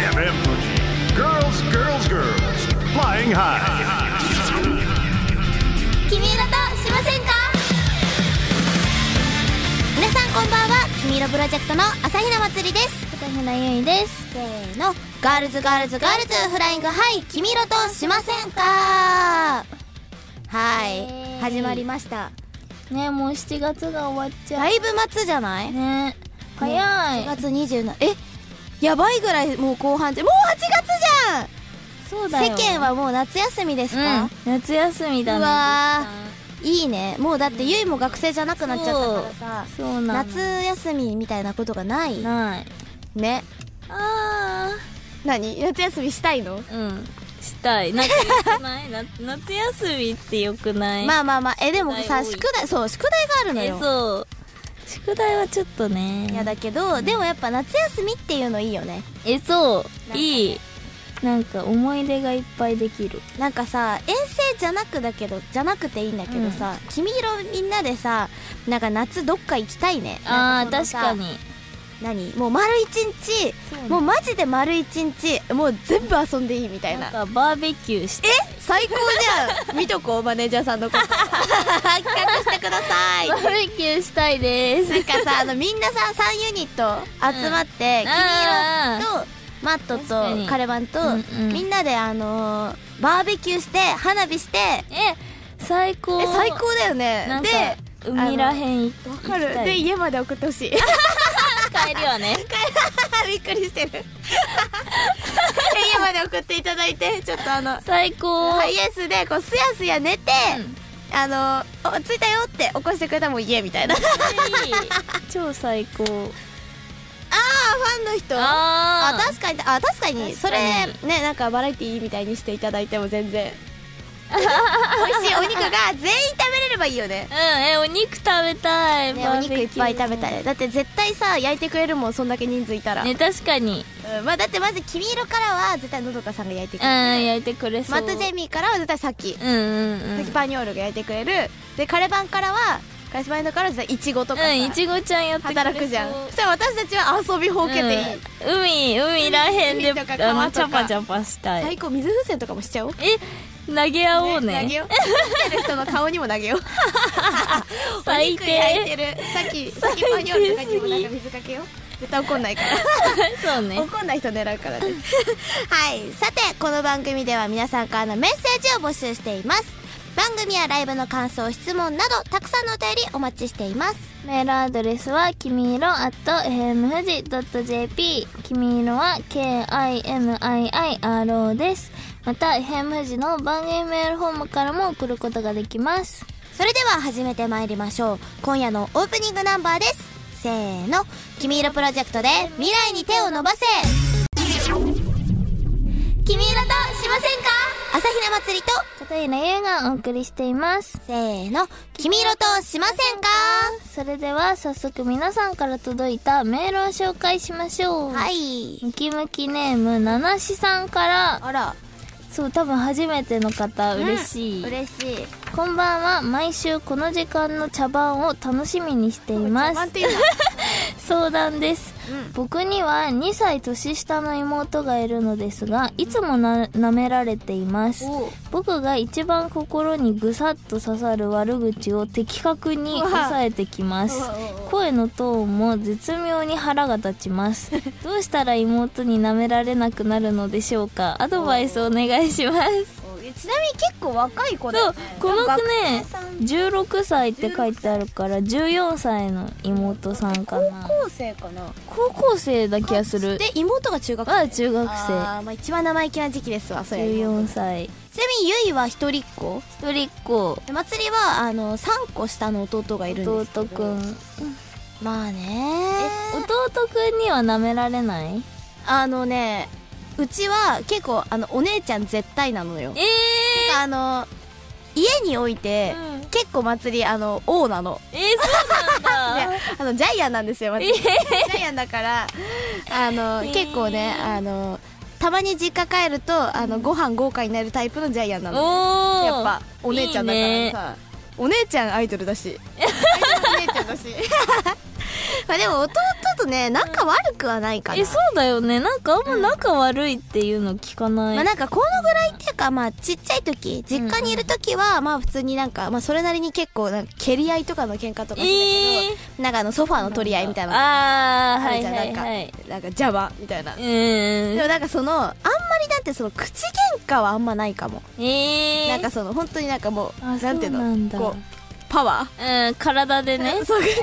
MFG. Girls, girls, girls. Flying high. 君色としませんか皆さんこんばんは君色プロジェクトの朝日奈祭りです片平ゆいですせーのガールズガールズガールズフライングハイ君色としませんかはい始まりましたねもう7月が終わっちゃだいぶ待つじゃないうね早い4月20のえやばいぐらいもう後半でもう8月そうじゃん世間はもう夏休みですか、うん、夏休みだねうわいいねもうだってゆいも学生じゃなくなっちゃったからさそうなの夏休みみたいなことがないないねあ何夏休みしたいのあうんしたい夏よくない な夏休みってよくないまあまあまあえでもさ宿題多い宿題そう宿題があるのえよそう宿題はちょっとねいやだけどでもやっぱ夏休みっていうのいいよねえそういいなんか思い出がいっぱいできるなんかさ遠征じゃなくだけどじゃなくていいんだけどさ、君色みんなでさなんか夏どっか行きたいねなあんかあ確そかのさに何もう丸一日そうねもうマジで丸一日もう全部遊んでいいみたいななんかバーベキューして最高じゃん見とこうマネージャーさんのこと 企画してくださいバーベキューしたい ですなんかさあのみんなさ3ユニット集まって、あ君ー色とマット確かにとカレバンと、うんうんみんなであのーバーベキューして花火してええ最高最高だよねなんかで海らへん行わきかるたでい家まで送ってほ しい帰るよねびっくり してるで家まで送っていただいてちょっとあの最高ハイエースでこうすやすや寝て、あのお着いたよって起こしてくれたらもう家みたいなあー超最高ファンの人ああ確かにあ確かに確かにそれねなんかバラエティーみたいにしていただいても全然美味しいお肉が全員食べれればいいよねうんえお肉食べたい、ねおバーベキ肉ュいーっぱい食べたいだって絶対さ焼いてくれるもんそんだけ人数いたら、ね確かにうんまあだってまず黄色からは絶対のどかさんが焼いてくうんれる、焼いてくれそうマットジェミーからは絶対さっき、うんうんうんさっきパニョールが焼いてくれるでカレバンからはカレスマインドからは絶対いちごとかさ、うんいちごちゃんやってくれそう働くじゃんそしたら私たちは遊びほうけていい、うん海海らへんで海とかあ川のとかチャパチャパしたい最高水風船とかもしちゃおうえ投げ合おうね投げよう見てる人の顔にも投げようお最肉焼いてる低さっきさっきパニョールとかにもなんか水かけよう絶対怒んないから そうね怒んない人狙うからね はいさてこの番組では皆さんからのメッセージを募集しています番組やライブの感想質問などたくさんのお便りお待ちしていますメールアドレスはきみいろ at hemfuji.jp きみいろは k-i-m-i-i-r-o ですまた hemfuji の番組メールフォームからも送ることができますそれでは始めてまいりましょう今夜のオープニングナンバーですせーの「君色プロジェクト」で未来に手を伸ばせ君色としませんか朝比奈祭りと片平優がお送りしていますせーの「君色としませんかそれでは早速皆さんから届いたメールを紹介しましょう」いはいムキムキネームななしさんからあらそう多分初めての方嬉しい、嬉しいこんばんは毎週この時間の茶番を楽しみにしています満 点だ相談です、うん僕には2歳年下の妹がいるのですがいつもな舐められていますおう僕が一番心にぐさっと刺さる悪口を的確に抑えてきますうわうわうわ声のトーンも絶妙に腹が立ちます どうしたら妹に舐められなくなるのでしょうかアドバイスお願いしますちなみに結構若い子だそようねこの学句ね生さん16歳って書いてあるから14歳の妹さんかな高校生かな高校生だ気がするで妹が中学生まだ中学生あーまあ一番生意気な時期ですわそれ14歳ちなみにゆいは一人っ子一人っ子祭りはあの3個下の弟がいるんですけど弟くんまあえね弟くんには舐められないあのねうちは結構あのお姉ちゃん絶対なのよえあの家において、うん結構祭りあの王なのえそうでなんだあのジャイアンなんですよ祭り、ジャイアンだからあの、えー結構ねあのたまに実家帰るとあのご飯豪華になるタイプのジャイアンなのおおやっぱお姉ちゃんだからさ お姉ちゃんアイドルだしアイドルお姉ちゃんだし まあでも弟とね仲悪くはないかな、えそうだよねなんかあんま仲悪いっていうの聞かない、まあなんかこのぐらいっていうかまあちっちゃい時実家にいる時はまあ普通になんかまあそれなりに結構なんか蹴り合いとかの喧嘩とかえするー、なんかあのソファーの取り合いみたいなあーあはるいじゃんはないんかはいなんか邪魔みたいなうでーんもなんかそのあんまりだってその口喧嘩はあんまないかもえー、なんかその本当になんかもうあなんていうそうなんのだこうパワーうん体でねそう体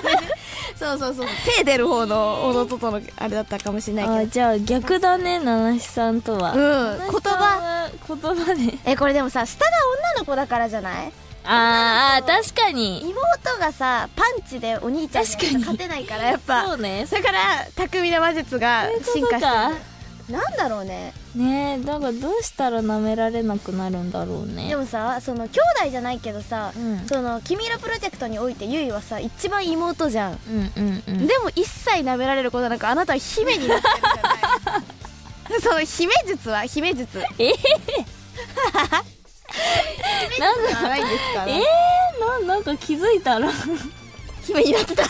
でねそうそうそう手出る方の弟とのあれだったかもしれあないーけじゃあ逆だね七七さんとは、どう言ん言葉言葉でえこれでもさ下が女の子だからじゃないあーあー確かに妹がさパンチでお兄ちゃんに確かに勝てないからやっぱそうねだから匠の魔術がそうい進うこ化としてかるなんだろうねねえだからどうしたら舐められなくなるんだろうねでもさその兄弟じゃないけどさ、うんその君色プロジェクトにおいてゆいはさ一番妹じゃん、うんうんうんでも一切舐められることなくあなたは姫になってるじゃない その姫術は姫術えー、じゃないんですかえらー、な なんか気づいたら姫になってた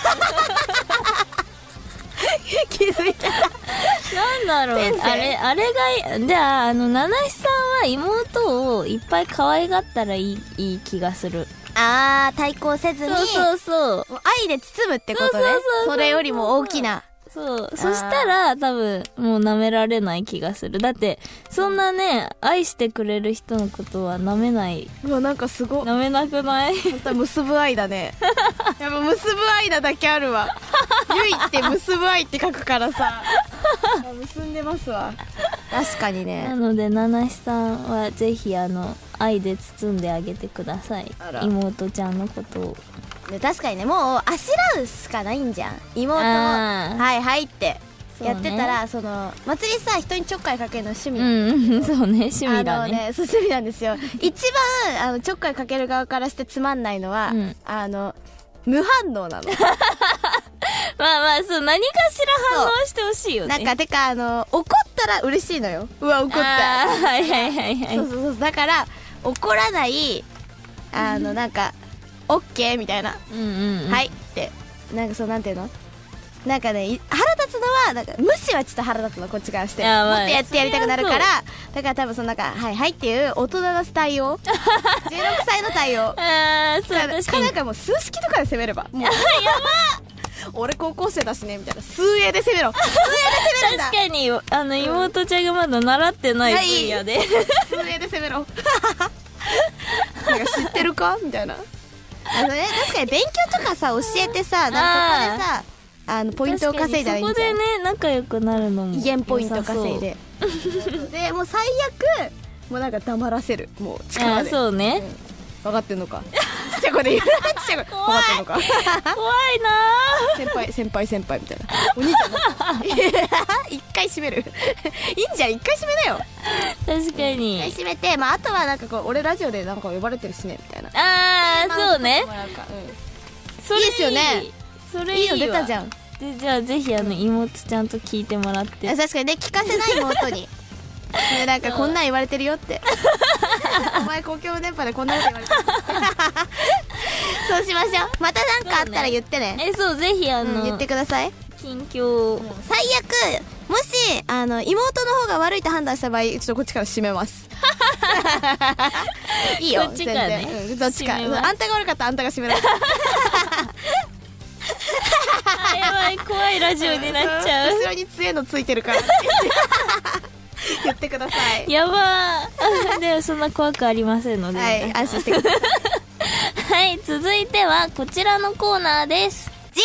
気 づいたなんだろ先う生あれあれがじゃああの七七さんは妹をいっぱい可愛がったらいいいい気がするあー対抗せずそにうそうそうもう愛で包むってことねそうそうそうそうそれよりも大きなそうそしたら多分もう舐められない気がするだってそんなね愛してくれる人のことは舐めないうわなんかすご舐めなくないまた結ぶ愛だ ねやっぱ結ぶ愛だだけあるわ「ゆい」って「結ぶ愛」って書くからさあ結んでますわ確かになねので七七さんはぜひあの愛で包んであげてくださいあら妹ちゃんのことをで確かにねもうあしらうしかないんじゃん妹もあーはいはい」ってそうねやってたらそ,、の祭りさ人にちょっかいかけるの趣味、うん そうね趣味あだのねねそう趣味なんですよ一番あのちょっかいかける側からしてつまんないのは、うんあの無反応なのまあまあそう何かしら反応してほしいよねなんかてかあの怒ったら嬉しいのようわ怒ったあーはいはいはいはいそうそうそうだから怒らないあのなんかオッケーみたいな、うんうんうんはいってなんかそうなんていうのなんかねい腹立つのはなんか無視はちょっと腹立つのこっちからして、あーまあもっとやってやりたくなるからそだりから多分そのなんかはいはいっていう大人の対 応16歳の対応あーそうだから確かになんかもう数式とかで攻めれば もうやば俺高校生だしねみたいな数英で攻めろ数英で攻めるんだ確かにあの妹ちゃんがまだ習ってない分野で、 運営で攻めろなんか知ってるかみたいなあのね確かに勉強とかさ教えてさなんかそこでさあのポイントを稼いだらいいん確じゃかんにそこでね仲良くなるのも威厳ポイント稼いででもう最悪もうなんか黙らせるもう良さそ力でうあーそうね分かってんのかちっちゃい子で言うちっちゃい子分かってんのか怖いな先輩先輩先輩みたいなお兄ちゃんだ一回閉めるいいんじゃん一回閉めなよー確か一回に閉めてまああとはなんかこう俺ラジオでなんか呼ばれてるしねみたいなああそうねまあなんかうんそれいいいいですよねそれいいいいの出たじゃんゃんでじゃあぜひあの妹ちゃんと聞いてもらって確かにね聞かせない妹 にねなんかこんなん言われてるよって お前公共の電波でこんなこと言われてる そうしましょうまたなんかあったら言ってねえそうぜひあうんの、言ってください近況を最悪もしあの妹の方が悪いと判断した場合ちょっとこっちから締めます いいよこっちからね全然うんどっちか締めますあんたが悪かったらあんたが締められるあやばい怖いラジオになっちゃう後ろに杖のついてるから 言ってください やばー でもそんな怖くありませんのではね、い、安心してください。はい、続いてはこちらのコーナーです。ジ・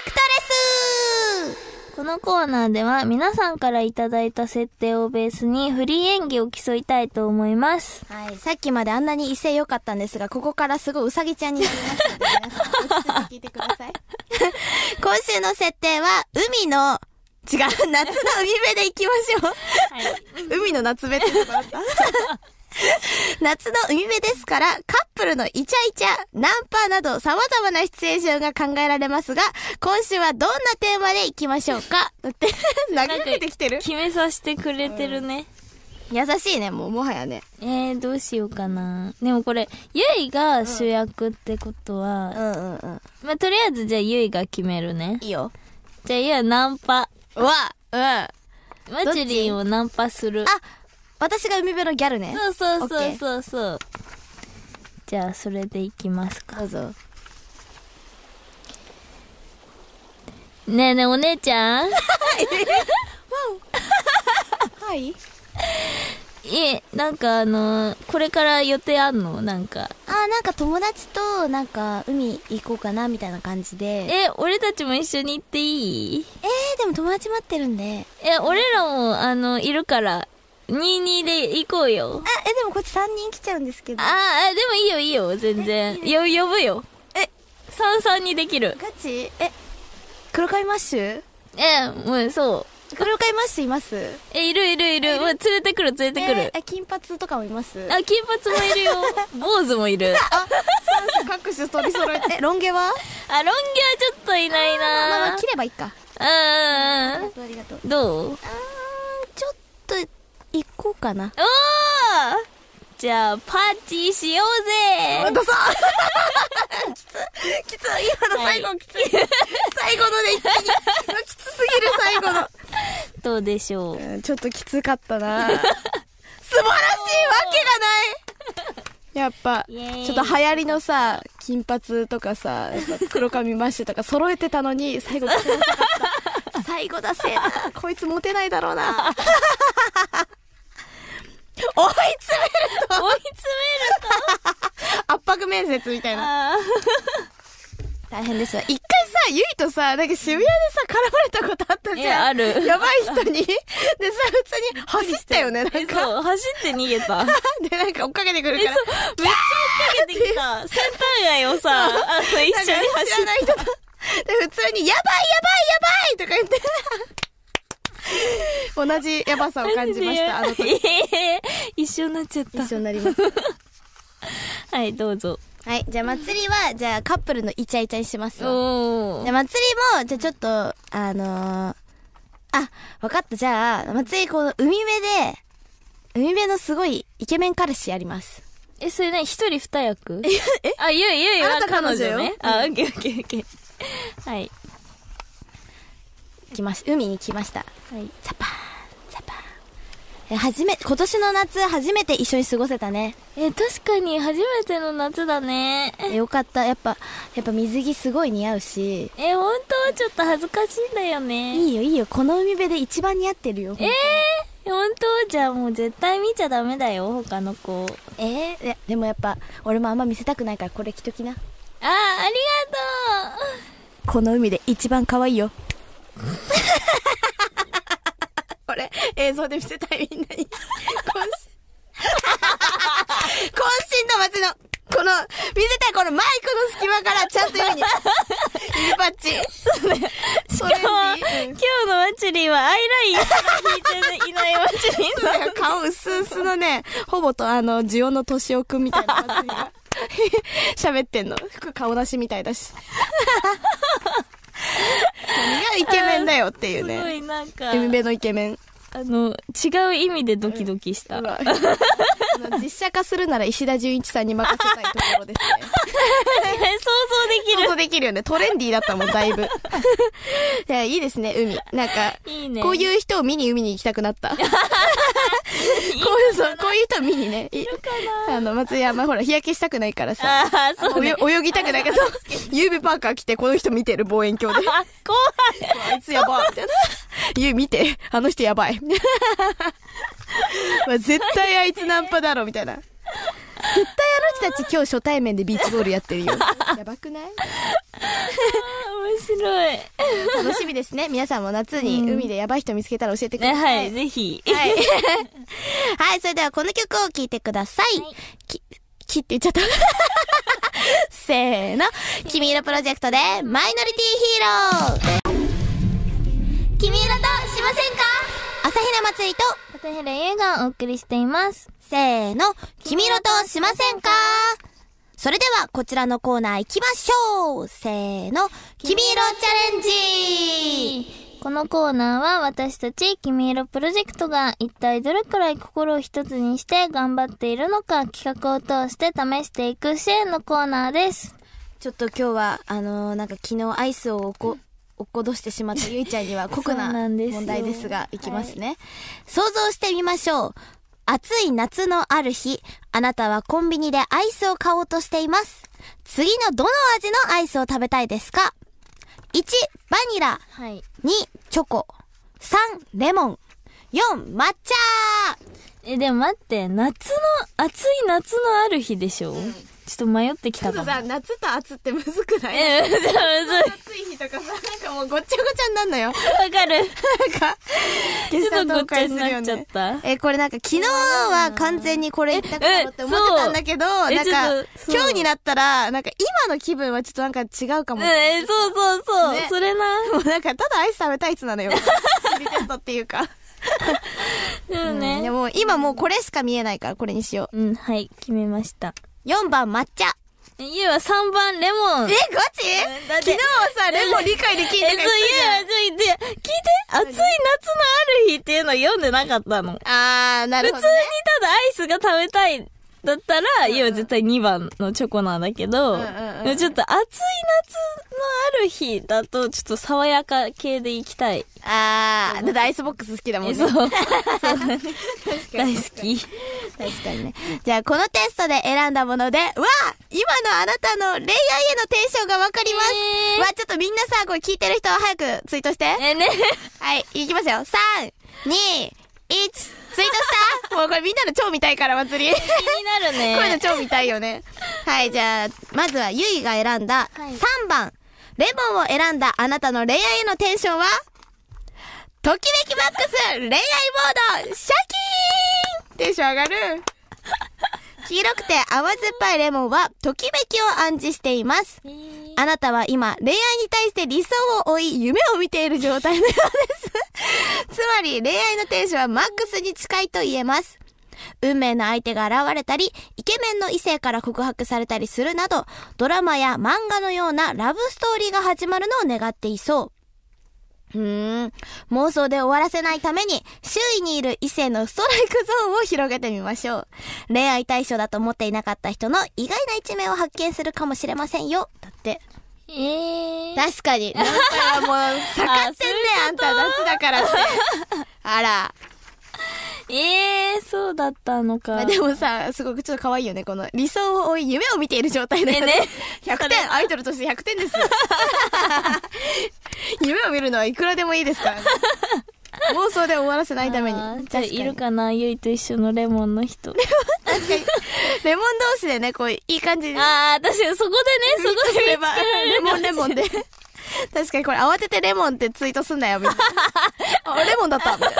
アクトレスこのコーナーでは皆さんからいただいた設定をベースにフリー演技を競いたいと思います。はい、さっきまであんなに威勢良かったんですが、ここからすごいうさぎちゃんになりましたので、皆さん落ち着いて聞いてください。 今週の設定は、海の、違う、夏の海辺で行きましょう。海の夏辺ってとこだ った。夏の海辺ですから、カップルのイチャイチャ、ナンパなど様々なシチュエーションが考えられますが、今週はどんなテーマで行きましょうかだって、 投げかけてきてる決めさせてくれてるね。優しいね、もう、もはやね。えー、どうしようかな。でもこれ、ゆいが主役ってことは、んうんうん。まあ、とりあえずじゃあゆいが決めるね。いいよ。じゃあ、いや、ナンパ。わ、うん。あ、マチュリンをナンパする。私が海辺のギャルね。そうそうオッケーそうそうそう。じゃあ、それでいきますかど。うぞ。ねえねえ、お姉ち ゃん。 はい。いえ、なんかあのこれから予定あんのなんか。あーなんか友達となんか海行こうかなみたいな感じでえ、俺たちも一緒に行っていいえー、でも友達待ってるんでえ、俺らも、あの、いるから、22で行こうよあ。えでもこっち3人来ちゃうんですけどああ、でもいいよいいよ、全然。よ、呼ぶよ。え、 33にできる。ガチえ、黒貝マッシュえ、もうそう。黒貝マッシュいますえ、いるいるいる。もう連れてくる連れてくる。え、金髪とかもいますあ、金髪もいるよ。坊主もいる。各種取り揃えて。え、ロン毛はあ、ロン毛はちょっといないまあまなあ切ればいいか。あうんうんありがとう。うん。どうあー、ちょっと、行こうかな。おーじゃあ、パーティーしようぜダサ きつ、きつ、今の最後きつい。最後ので一気に。きつすぎる最後の。どうでしょううんちょっときつかったな 素晴らしいわけがないやっぱイエーイちょっと流行りのさ金髪とかさやっぱ黒髪マッシュとか揃えてたのに最後着てなかった最後だせえなこいつモテないだろうな 追い詰める追い詰める圧迫面接みたいなか大変ですわ一回さゆいとさなんか渋谷でさ絡まれたことあったじいやゃんあるやばい人にでさ普通に走ったよねなんかえ、そう、走って逃げた。で、なんか追っかけてくるえ、そうから。、めっちゃ追っかけてきた。センター街をさ、あの、一緒になんか走知らっない人と。で、普通に、やばいやばいやばいとか言って。同じやばさを感じました、あの時。えー 一緒になっちゃっ一緒た。になります。はい、どうぞ。はい、じゃあ祭りは、じゃあカップルのイチャイチャにしますわおじゃあー。祭りも、じゃあちょっと、あのーあ、わかった、じゃあ、祭りこの海辺で、海辺のすごいイケメン彼氏やります。え、それね、一人二役えあ、ゆいゆいはあなた彼女よね。あ、オッケーオッケーオッケー。はい。来まし、海に来ました。はい。ザパーン、ザパーン。え、初め、今年の夏初めて一緒に過ごせたね。え、確かに初めての夏だね。えよかった。やっぱ、やっぱ水着すごい似合うし。え、本当はちょっと恥ずかしいんだよね。いいよいいよ。この海辺で一番似合ってるよ。えー、本当じゃあもう絶対見ちゃダメだよ、他の子。えーいやでもやっぱ、俺もあんま見せたくないからこれ着ときな。あー、ありこの海で一番可愛いよ。 これ、映像で見せたいみんなに。渾身渾身の街の、この、見せたいこのマイクの隙間からちゃんと海に。指パッチ。それがとう。今日のマチュリーはアイラインすら引いていないマチュリーさん。なんか顔薄々のね、ほぼとあの、ジオの敏夫くんみたいな祭りが 喋ってんの。服顔出しみたいだ し。何がイケメンだよっていうすごね。いなんか、海辺のイケメン。あの、違う意味でドキドキした。うわあの実写化するなら石田純一さんに任せたいところです ね。想像でき想る。像できるよね。トレンディーだったもん、だい ぶ。いや、いいですね、海。なんか、いいね。こうう、いう人を見に海に行きたくなった。こういう、そう、こういう人を見にね。いあの、松山、ほら、日焼けしたくないからさ。ああ、 そうね。泳泳ぎたくないから そう。ゆうべパーカー来て、この人見てる望遠鏡で。あ、怖い。あいつやばい。みたいな。 ゆう見て、あの人やばい。 みたいなまあ絶対あいつナンパだろ、みたいな。絶対あの人たち今日初対面でビーチボールやってるよ。 やばくない面白い。楽しみですね。皆さんも夏に海でやばい人見つけたら教えてくだね、さい。はい、ぜひ。はい。はいそれではこの曲を聴いてください、き、きって言っちゃった。 せーの君色プロジェクトでマイノリティヒーロー君色としませんか朝比奈祭りと片平優がお送りしています。せーの君色としませんかそれではこちらのコーナー行きましょうせーの君色チャレンジこのコーナーは私たち君色プロジェクトが一体どれくらい心を一つにして頑張っているのか企画を通して試していく支援のコーナーです。ちょっと今日は、あのーなんか昨日アイスをおこ、落っこどしてしまったゆいちゃんには酷そうななんですよ問題ですが、いきますね。想像してみましょう。暑い夏のある日、あなたはコンビニでアイスを買おうとしています。次のどの味のアイスを食べたいですか ?1、バニラ。はい。 2、チョコ。3、レモン。4、抹茶え、でも待って、夏の、暑い夏のある日でしょ、ちょっと迷ってきたちかょっとも。さ、夏と暑ってむずくない え、むずいむずい。暑い日とかさ、なんかもうごっちゃごちゃになんのよ。わかる。ちちょっとごっちゃになっちゃった。えーこれなんか昨日は完全にこれ一択だろうって思ってたんだけど、ええなんそかうえちょっとそう今日になったら、なんか今の気分はちょっとなんか違うかうも。ん、もえ、そうそうそう。ねそれな。うなんかただアイス食べたいつなのよ。リテストっていうか。でもうんでね。も今もうこれしか見えないからこれにしようん、はい、決めました。 !4 番抹茶えゆうは3番レモン。う。え、ガチだって昨日はさ、レモン理解できんえ、とそうかい言うってたの、ちょいて、聞いて、暑い夏のある日っていうの読んでなかったの。じゃん。あー、な普る通ほにど、ね。ただアイスが食べたいだったら、いや絶対2番のチョコなんだけど、うんうんうんでもちょっと暑い夏のある日だと、ちょっと爽やか系で行きたい。あー、だってアイスボックス好きだもんえね。 そう。そうか大好き。確かにね。じゃあ、このテストで選んだもので、わあ今のあなたの恋愛へのテンションがわかります、えーわあちょっとみんなさ、これ聞いてる人は早くツイートして。え、ね。はい、いきますよ。3、2、1、ツイー トしたもうこれみんなの超見たいから、祭り。気になるね。こういうの超見たいよね。はい、じゃあ、まずはゆいが選んだはい3番、レモンを選んだあなたの恋愛へのテンションは、ときめきマックス恋愛モードシャキーンテンション上がる黄色くて甘酸っぱいレモンは、ときめきを暗示しています。あなたは今、恋愛に対して理想を追い、夢を見ている状態のようです。つまり、恋愛のテンションはマックスに近いと言えます。運命の相手が現れたり、イケメンの異性から告白されたりするなど、ドラマや漫画のようなラブストーリーが始まるのを願っていそう。うーん。妄想で終わらせないために、周囲にいる異性のストライクゾーンを広げてみましょう。恋愛対象だと思っていなかった人の意外な一面を発見するかもしれませんよ。だって。えー。確かに。なんかもう、下がってんね、あんた夏だからって。あら。えー、そうだったのか。まあでもさ、すごくちょっと可愛いよね。この理想を追い、夢を見ている状態だよね。100点、アイドルとして100点ですよ。夢を見るのはいくらでもいいですからね。妄想で終わらせないために。あー確じかゃあにいるかなゆいと一緒のレモンの 人。確かに。レモン同士でね、こう、いい感じに。ああ、確かにそこでね、そこで見つけ レられるモンレモンで。確かにこれ慌ててレモンってツイートすんなよ、みたいな。あ、レモンだった。みたいな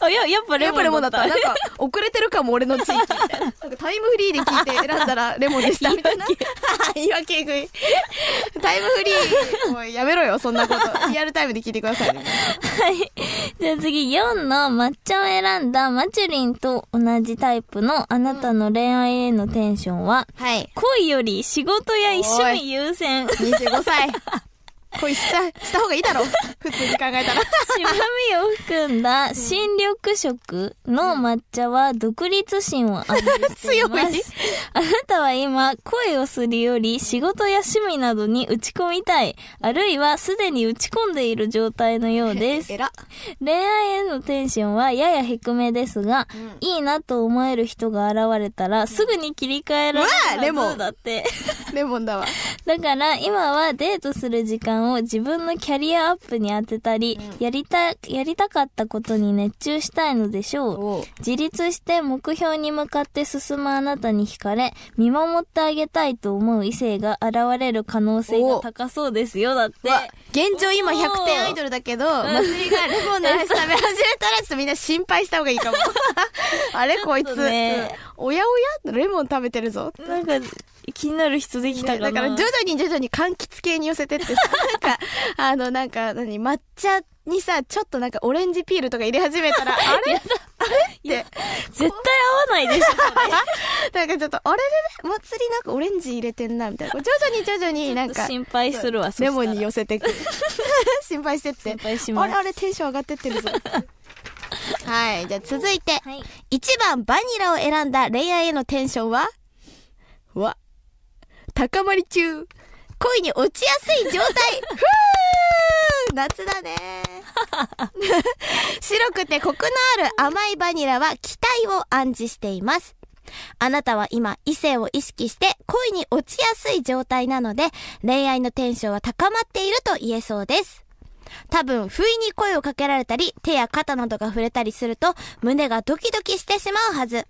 あ、 や、やっぱレやっモぱンレモンだだっ。ったた。なんか、遅れてるかも、俺の地域みたいな。なんかタイムフリーで聞いて選んだらレモンでした、みたいな。言い訳食い。タイムフリー、もうやめろよ、そんなこと。リアルタイムで聞いてくださいね。はい。じゃあ次、4の抹茶を選んだマチュリンと同じタイプのあなたの恋愛へのテンションは、はい。恋より仕事や一緒に優先。渋25歳。 恋した、した方がいいだろ。普通に考えたら。みを含んだ新緑色の抹茶は独立心を暗示していま強いす。あなたは今、恋をするより仕事や趣味などに打ち込みたい。あるいはすでに打ち込んでいる状態のようです。えら。恋愛へのテンションはやや低めですが、いいなと思える人が現れたらすぐに切り替えられるうわレモはンずだって。レモンだわ。 だから今はデートする時間を自分のキャリアアップに当てたり、やりた、やりたかったことに熱中したいのでしょう。おう自立して目標に向かって進むあなたに惹かれ、見守ってあげたいと思う異性が現れる可能性が高そうですよ、だって。わ現状今100点アイドルだけど、祭りがレモンのアイス食べ始めたら、ちょっとみんな心配した方がい いかも。あれこいちょつ、っとねうんおやおやレモン食べてるぞ。なんか、気になる人できたねかな、だから徐々に徐々に柑橘系に寄せてって さ、なんか、あの、なんか、何、抹茶にさ、ちょっとなんかオレンジピールとか入れ始めた ら、あれあれって、絶対合わないでしょ、 なんかちょっと、あれれれ祭りなんかオレンジ入れてんな、みたいな。こう徐々に徐々になんか、心配するわ、そレしたモらンに寄せ てく。心配してって。心配しますあれあれテンション上がってってるぞ。 はい、じゃあ続いて、はい。 1番バニラを選んだ恋愛へのテンションはわ、 高まり中。恋に落ちやすい状態。ふ夏だね。 白くてコクのある甘いバニラは期待を暗示しています。あなたは今、異性を意識して恋に落ちやすい状態なので、恋愛のテンションは高まっていると言えそうです。多分、不意に声をかけられたり、手や肩などが触れたりすると、胸がドキドキしてしまうはず。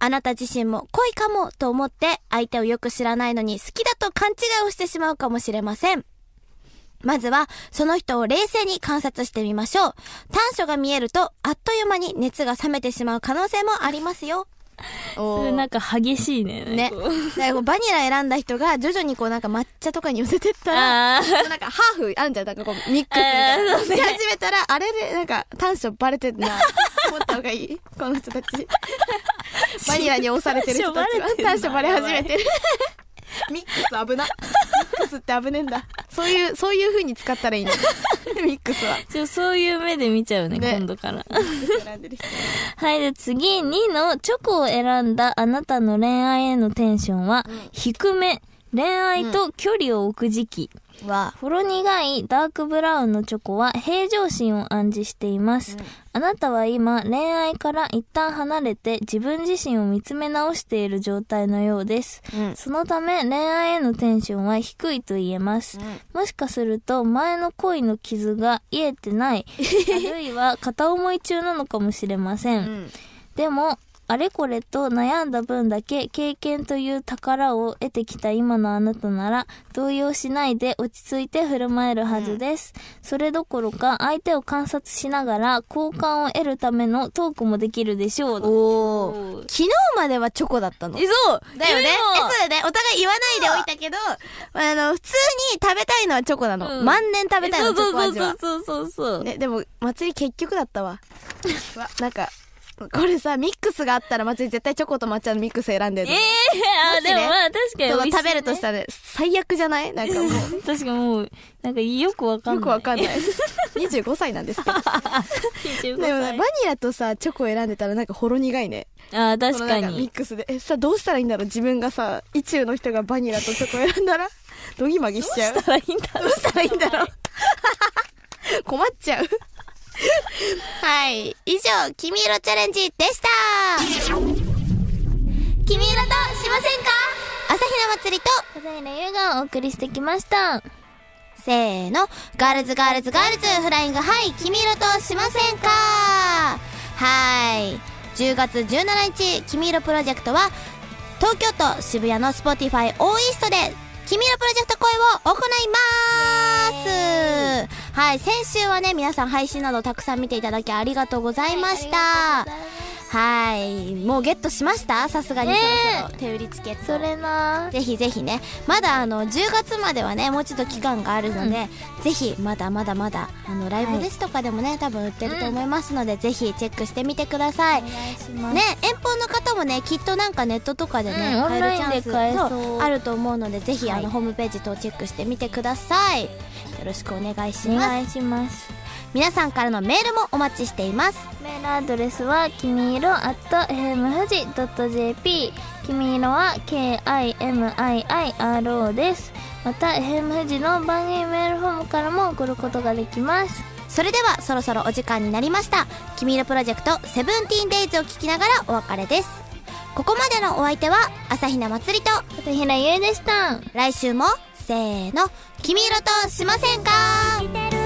あなた自身も恋かもと思って、相手をよく知らないのに好きだと勘違いをしてしまうかもしれません。まずは、その人を冷静に観察してみましょう。短所が見えると、あっという間に熱が冷めてしまう可能性もありますよ。それなんか激しいね。ね。だからこうバニラ選んだ人が徐々にこうなんか抹茶とかに寄せてったら、ああ。なんかハーフあんじゃんなんかこうミックスみたいなし始めたらあれでなんか短所バレてんな思った方がいいこの人た ちバニラに押されてる人たちは 短短所所ババレレてんな始めてるミックス危なミックスって危ねえんだそういうそういう風に使ったら いいんだミックス はちょそういう目で見ちゃうね、ね今度 から。選んでる人はい、で次、2のチョコを選んだあなたの恋愛へのテンションは、低め、恋愛と距離を置く時期。は、ほろ苦いダークブラウンのチョコは平常心を暗示しています。あなたは今恋愛から一旦離れて自分自身を見つめ直している状態のようです。うんそのため恋愛へのテンションは低いと言えます。もしかすると前の恋の傷が癒えて ない、あるいは片思い中なのかもしれません。んでも、あれこれと悩んだ分だけ経験という宝を得てきた今のあなたなら動揺しないで落ち着いて振る舞えるはずです。それどころか相手を観察しながら好感を得るためのトークもできるでしょう。おー。おー昨日まではチョコだったの。え、そうだよね。え、言うそうのだよね。お互い言わないでおいたけど、あの、普通に食べたいのはチョコなの。うん万年食べたいの、チョコ味は。そうそうそうそうそう。ねでも祭り結局だったわうわなんかこれさミックスがあったら祭り絶対チョコと抹茶のミックス選んでるええのー、あ、もしねでもまあ確かにそ美の味しいね、食べるとしたら最悪じゃないなんかもう確かにもう、なんかよくわかんない。よくわかんない。25歳 なんですけど。で25も歳。なバニラとさ、チョコ選んでたらなんかほろ苦いね。あー、確かこのなんミにッ。クスで。え、さ、どうしたらいいんだろう自分がさ、意中の人がバニラとチョコ選んだら、ドギマギしちゃう。どしたらいいんだろううしたらいいんだろう 困っちゃう。はい。以上、君色チャレンジでした。君色としませんか朝日奈祭りと、片平優がお送りしてきました。せーの、ガールズガールズガールズフライングハイ、君色としませんかはい。10月17日、君色プロジェクトは、東京都渋谷の Spotify オーイーストで、君色プロジェクト声を行いますはい、先週はね、皆さん配信などたくさん見ていただきありがとうございました。はい、もうゲットしましたさすがにねえそろそろ手売りチケット。それなぜひぜひね、まだあの、10月まではね、もうちょっと期間があるので、ぜひ、まだまだまだ、あの、ライブですとかでもね、多分売ってると思いますので、ぜひチェックしてみてください。ね、遠方の方もね、きっとなんかネットとかでね、うん買えるチャンスオンラインで買えそううあると思うので、ぜひ、はいあの、ホームページ等チェックしてみてください。よろしくお願いしおます。願いします。皆さんからのメールもお待ちしています。メールアドレスは、きみいろ at fmfuji.jp。きみいろは k-i-m-i-i-r-o です。また、FM 富士の番組メールフォームからも送ることができます。それでは、そろそろお時間になりました。君色プロジェクト、セブンティーンデイズを聞きながらお別れです。ここまでのお相手は、朝比奈まつりと、片平優でした。来週も、せーの、君色としませんか